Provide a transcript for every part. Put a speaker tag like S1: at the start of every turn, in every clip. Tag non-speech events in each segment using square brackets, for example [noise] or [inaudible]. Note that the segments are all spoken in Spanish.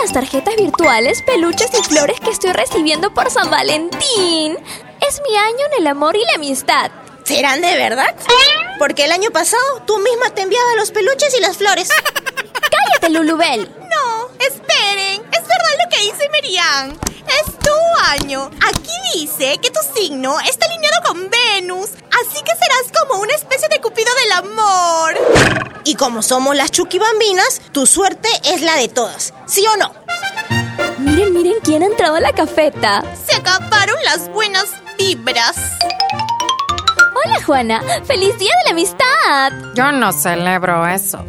S1: tus tarjetas virtuales, peluches y flores que estoy recibiendo por San Valentín. Es mi año en el amor y la amistad.
S2: ¿Serán de verdad? Porque el año pasado tú misma te enviabas los peluches y las flores.
S1: ¡Cállate, Lulubel!
S3: [laughs] No, esperen. Es verdad lo que dice Merian. Es tu año. Aquí dice que tu signo está alineado con Venus. Así que serás como una especie de cupido del amor.
S2: Y como somos las chuquibambinas, tu suerte es la de todas. ¿Sí o no?
S1: Miren, miren quién ha entrado a la cafeta.
S3: Se acabaron las buenas vibras.
S1: Hola Juana, feliz día de la amistad.
S4: Yo no celebro eso.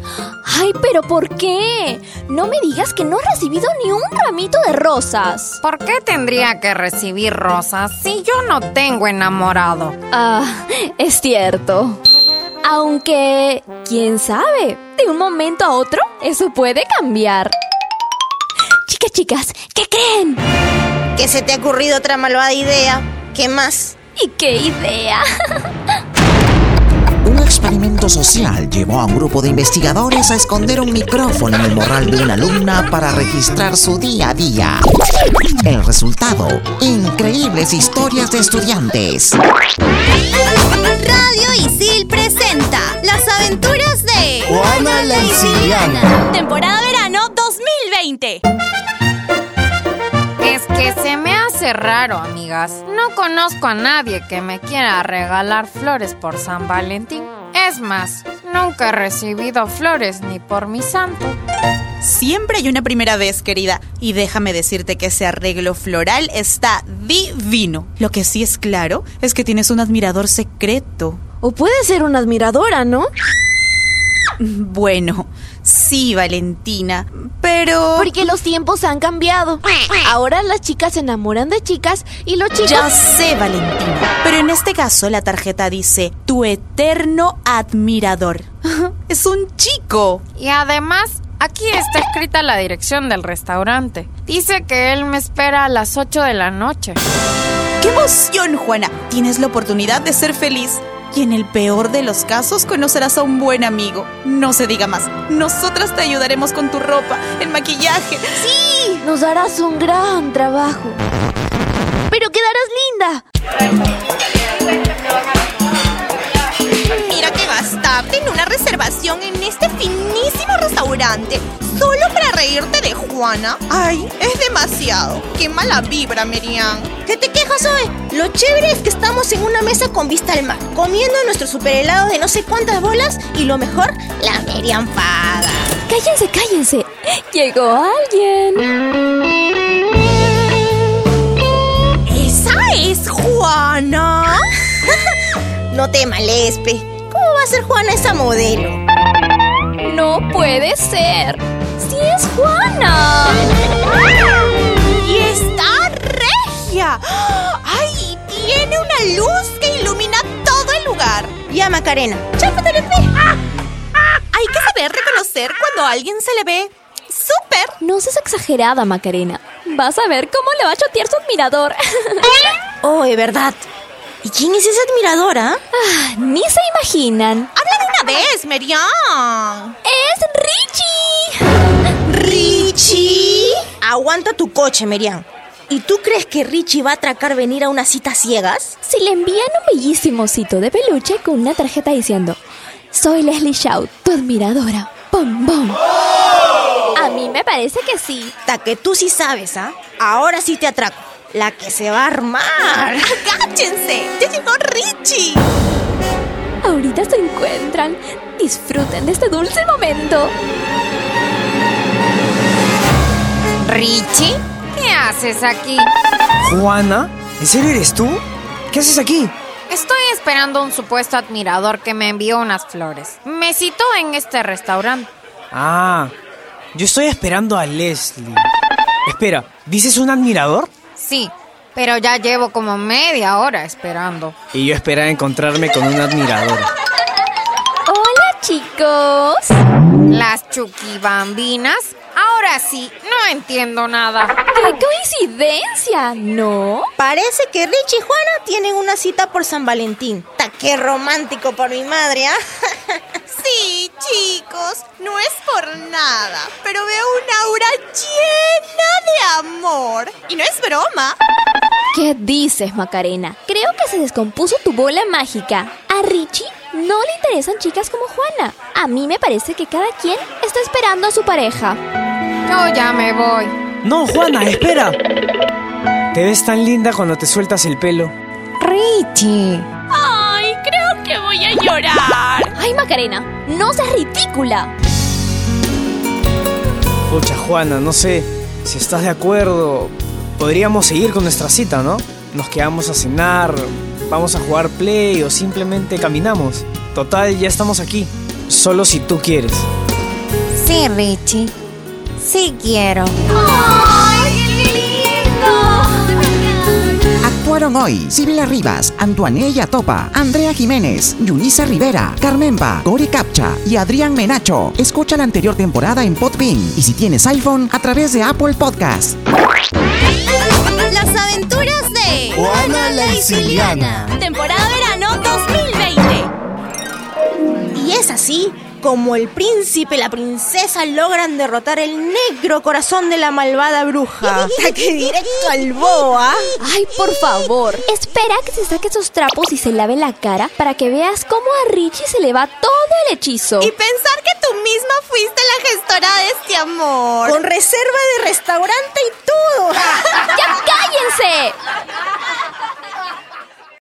S1: Ay, pero ¿por qué? No me digas que no has recibido ni un ramito de rosas.
S4: ¿Por qué tendría que recibir rosas si yo no tengo enamorado?
S1: Ah, es cierto. Aunque, quién sabe, de un momento a otro eso puede cambiar. Chicas, chicas, ¿qué creen?
S2: ¿Que se te ha ocurrido otra malvada idea? ¿Qué más?
S1: ¿Y qué idea?
S5: Un experimento social llevó a un grupo de investigadores a esconder un micrófono en el morral de una alumna para registrar su día a día. El resultado, increíbles historias de estudiantes.
S6: [laughs] Radio Isil presenta las aventuras de
S7: Juana la Isiliana.
S3: Temporada verano 2020.
S4: Es que se me hace raro, amigas. No conozco a nadie que me quiera regalar flores por San Valentín. Es más, nunca he recibido flores ni por mi santo.
S3: Siempre hay una primera vez, querida. Y déjame decirte que ese arreglo floral está divino. Lo que sí es claro es que tienes un admirador secreto. [laughs]
S8: O puede ser una admiradora, ¿no?
S3: Bueno, sí, Valentina, pero...
S8: Porque los tiempos han cambiado. Ahora las chicas se enamoran de chicas y los chicos...
S3: Ya sé, Valentina, pero en este caso la tarjeta dice tu eterno admirador. [laughs] es un chico.
S4: Y además, aquí está escrita la dirección del restaurante. Dice que él me espera a las 8 de la noche.
S3: ¡Qué emoción, Juana! Tienes la oportunidad de ser feliz y en el peor de los casos conocerás a un buen amigo. No se diga más. Nosotras te ayudaremos con tu ropa, el maquillaje.
S8: Sí, nos darás un gran trabajo. Pero quedarás linda.
S3: Mira que bastaste en una reservación en este finísimo restaurante solo para reírte de Juana. Ay, es demasiado. Qué mala vibra, Merian.
S2: ¿Qué te quejas hoy? Lo chévere es que estamos en una mesa con vista al mar, comiendo nuestro superhelado de no sé cuántas bolas y lo mejor, la Merian paga.
S1: Cállense, cállense. Llegó alguien.
S3: ¡Esa es Juana!
S2: no te malespe. ¿Cómo va a ser Juana esa modelo?
S1: No puede ser. ¡Sí es Juana!
S3: ¡Y está regia! ¡Ay! Tiene una luz que ilumina todo el lugar.
S2: Ya, Macarena.
S3: ¡Chápatele, ¡Ah! ¡Ah! Hay que saber reconocer cuando a alguien se le ve súper.
S1: No seas exagerada, Macarena. Vas a ver cómo le va a chotear su admirador. [laughs]
S2: oh, es verdad. ¿Y quién es esa admiradora?
S1: Ah, ni se imaginan.
S3: ¡Habla de una vez, Merian!
S1: ¡Es
S2: Richie! ¿Richie? Aguanta tu coche, Merian. ¿Y tú crees que Richie va a atracar venir a unas citas ciegas?
S1: Si le envían un bellísimo osito de peluche con una tarjeta diciendo: Soy Leslie Shaw, tu admiradora. ¡Bom, bom! Oh. A mí me parece que sí.
S2: Ta que tú sí sabes, ¿ah? ¿eh? Ahora sí te atraco la que se va a armar.
S3: [laughs] ¡Agáchense! ¡Ya llegó Richie!
S1: Ahorita se encuentran. Disfruten de este dulce momento.
S4: Richie, ¿qué haces aquí?
S7: Juana, ¿en serio eres tú? ¿Qué haces aquí?
S4: Estoy esperando a un supuesto admirador que me envió unas flores. Me citó en este restaurante.
S7: Ah, yo estoy esperando a Leslie. Espera, ¿dices un admirador?
S4: Sí, pero ya llevo como media hora esperando.
S7: Y yo esperaba encontrarme con un admirador.
S1: Hola chicos.
S4: Las chuquibambinas. Ahora sí, no entiendo nada.
S1: ¡Qué coincidencia! ¿No?
S2: Parece que Rich y Juana tienen ¿ah? [laughs] una cita por San Valentín. ¡Ta qué romántico por mi madre! ¿eh?
S3: sí, Chicos, no es por nada, pero veo una aura llena de amor. Y no es broma.
S1: ¿Qué dices, Macarena? Creo que se descompuso tu bola mágica. A Richie no le interesan chicas como Juana. A mí me parece que cada quien está esperando a su pareja.
S4: Yo ya me voy.
S7: No, Juana, espera. Te ves tan linda cuando te sueltas el pelo.
S4: Richie.
S9: Ay, creo que voy a llorar.
S1: Ay, Macarena, no seas ridícula.
S7: Pucha, Juana, no sé si estás de acuerdo. Podríamos seguir con nuestra cita, ¿no? Nos quedamos a cenar, vamos a jugar play o simplemente caminamos. Total, ya estamos aquí. Solo si tú quieres.
S4: Sí, Richie. Sí quiero.
S5: Actuaron hoy Sibila Rivas, Antoanella Topa, Andrea Jiménez, Yulisa Rivera, Carmen Ba, Gori Capcha y Adrián Menacho. Escucha la anterior temporada en Podbean y si tienes iPhone, a través de Apple Podcast.
S6: Las aventuras de
S10: Juana la Siciliana.
S9: Temporada verano 2020.
S2: Y es así como el príncipe y la princesa logran derrotar el negro corazón de la malvada [laughs] bruja. Ataque directo al boa.
S1: Ay, por favor. Espera que se saque sus trapos y se lave la cara para que veas cómo a Richie se le va todo el hechizo.
S3: Y pensar que tú misma fuiste la gestora de este
S2: [laughs]
S3: amor.
S2: Con reserva de restaurante y todo.
S1: ¡Ya cállense!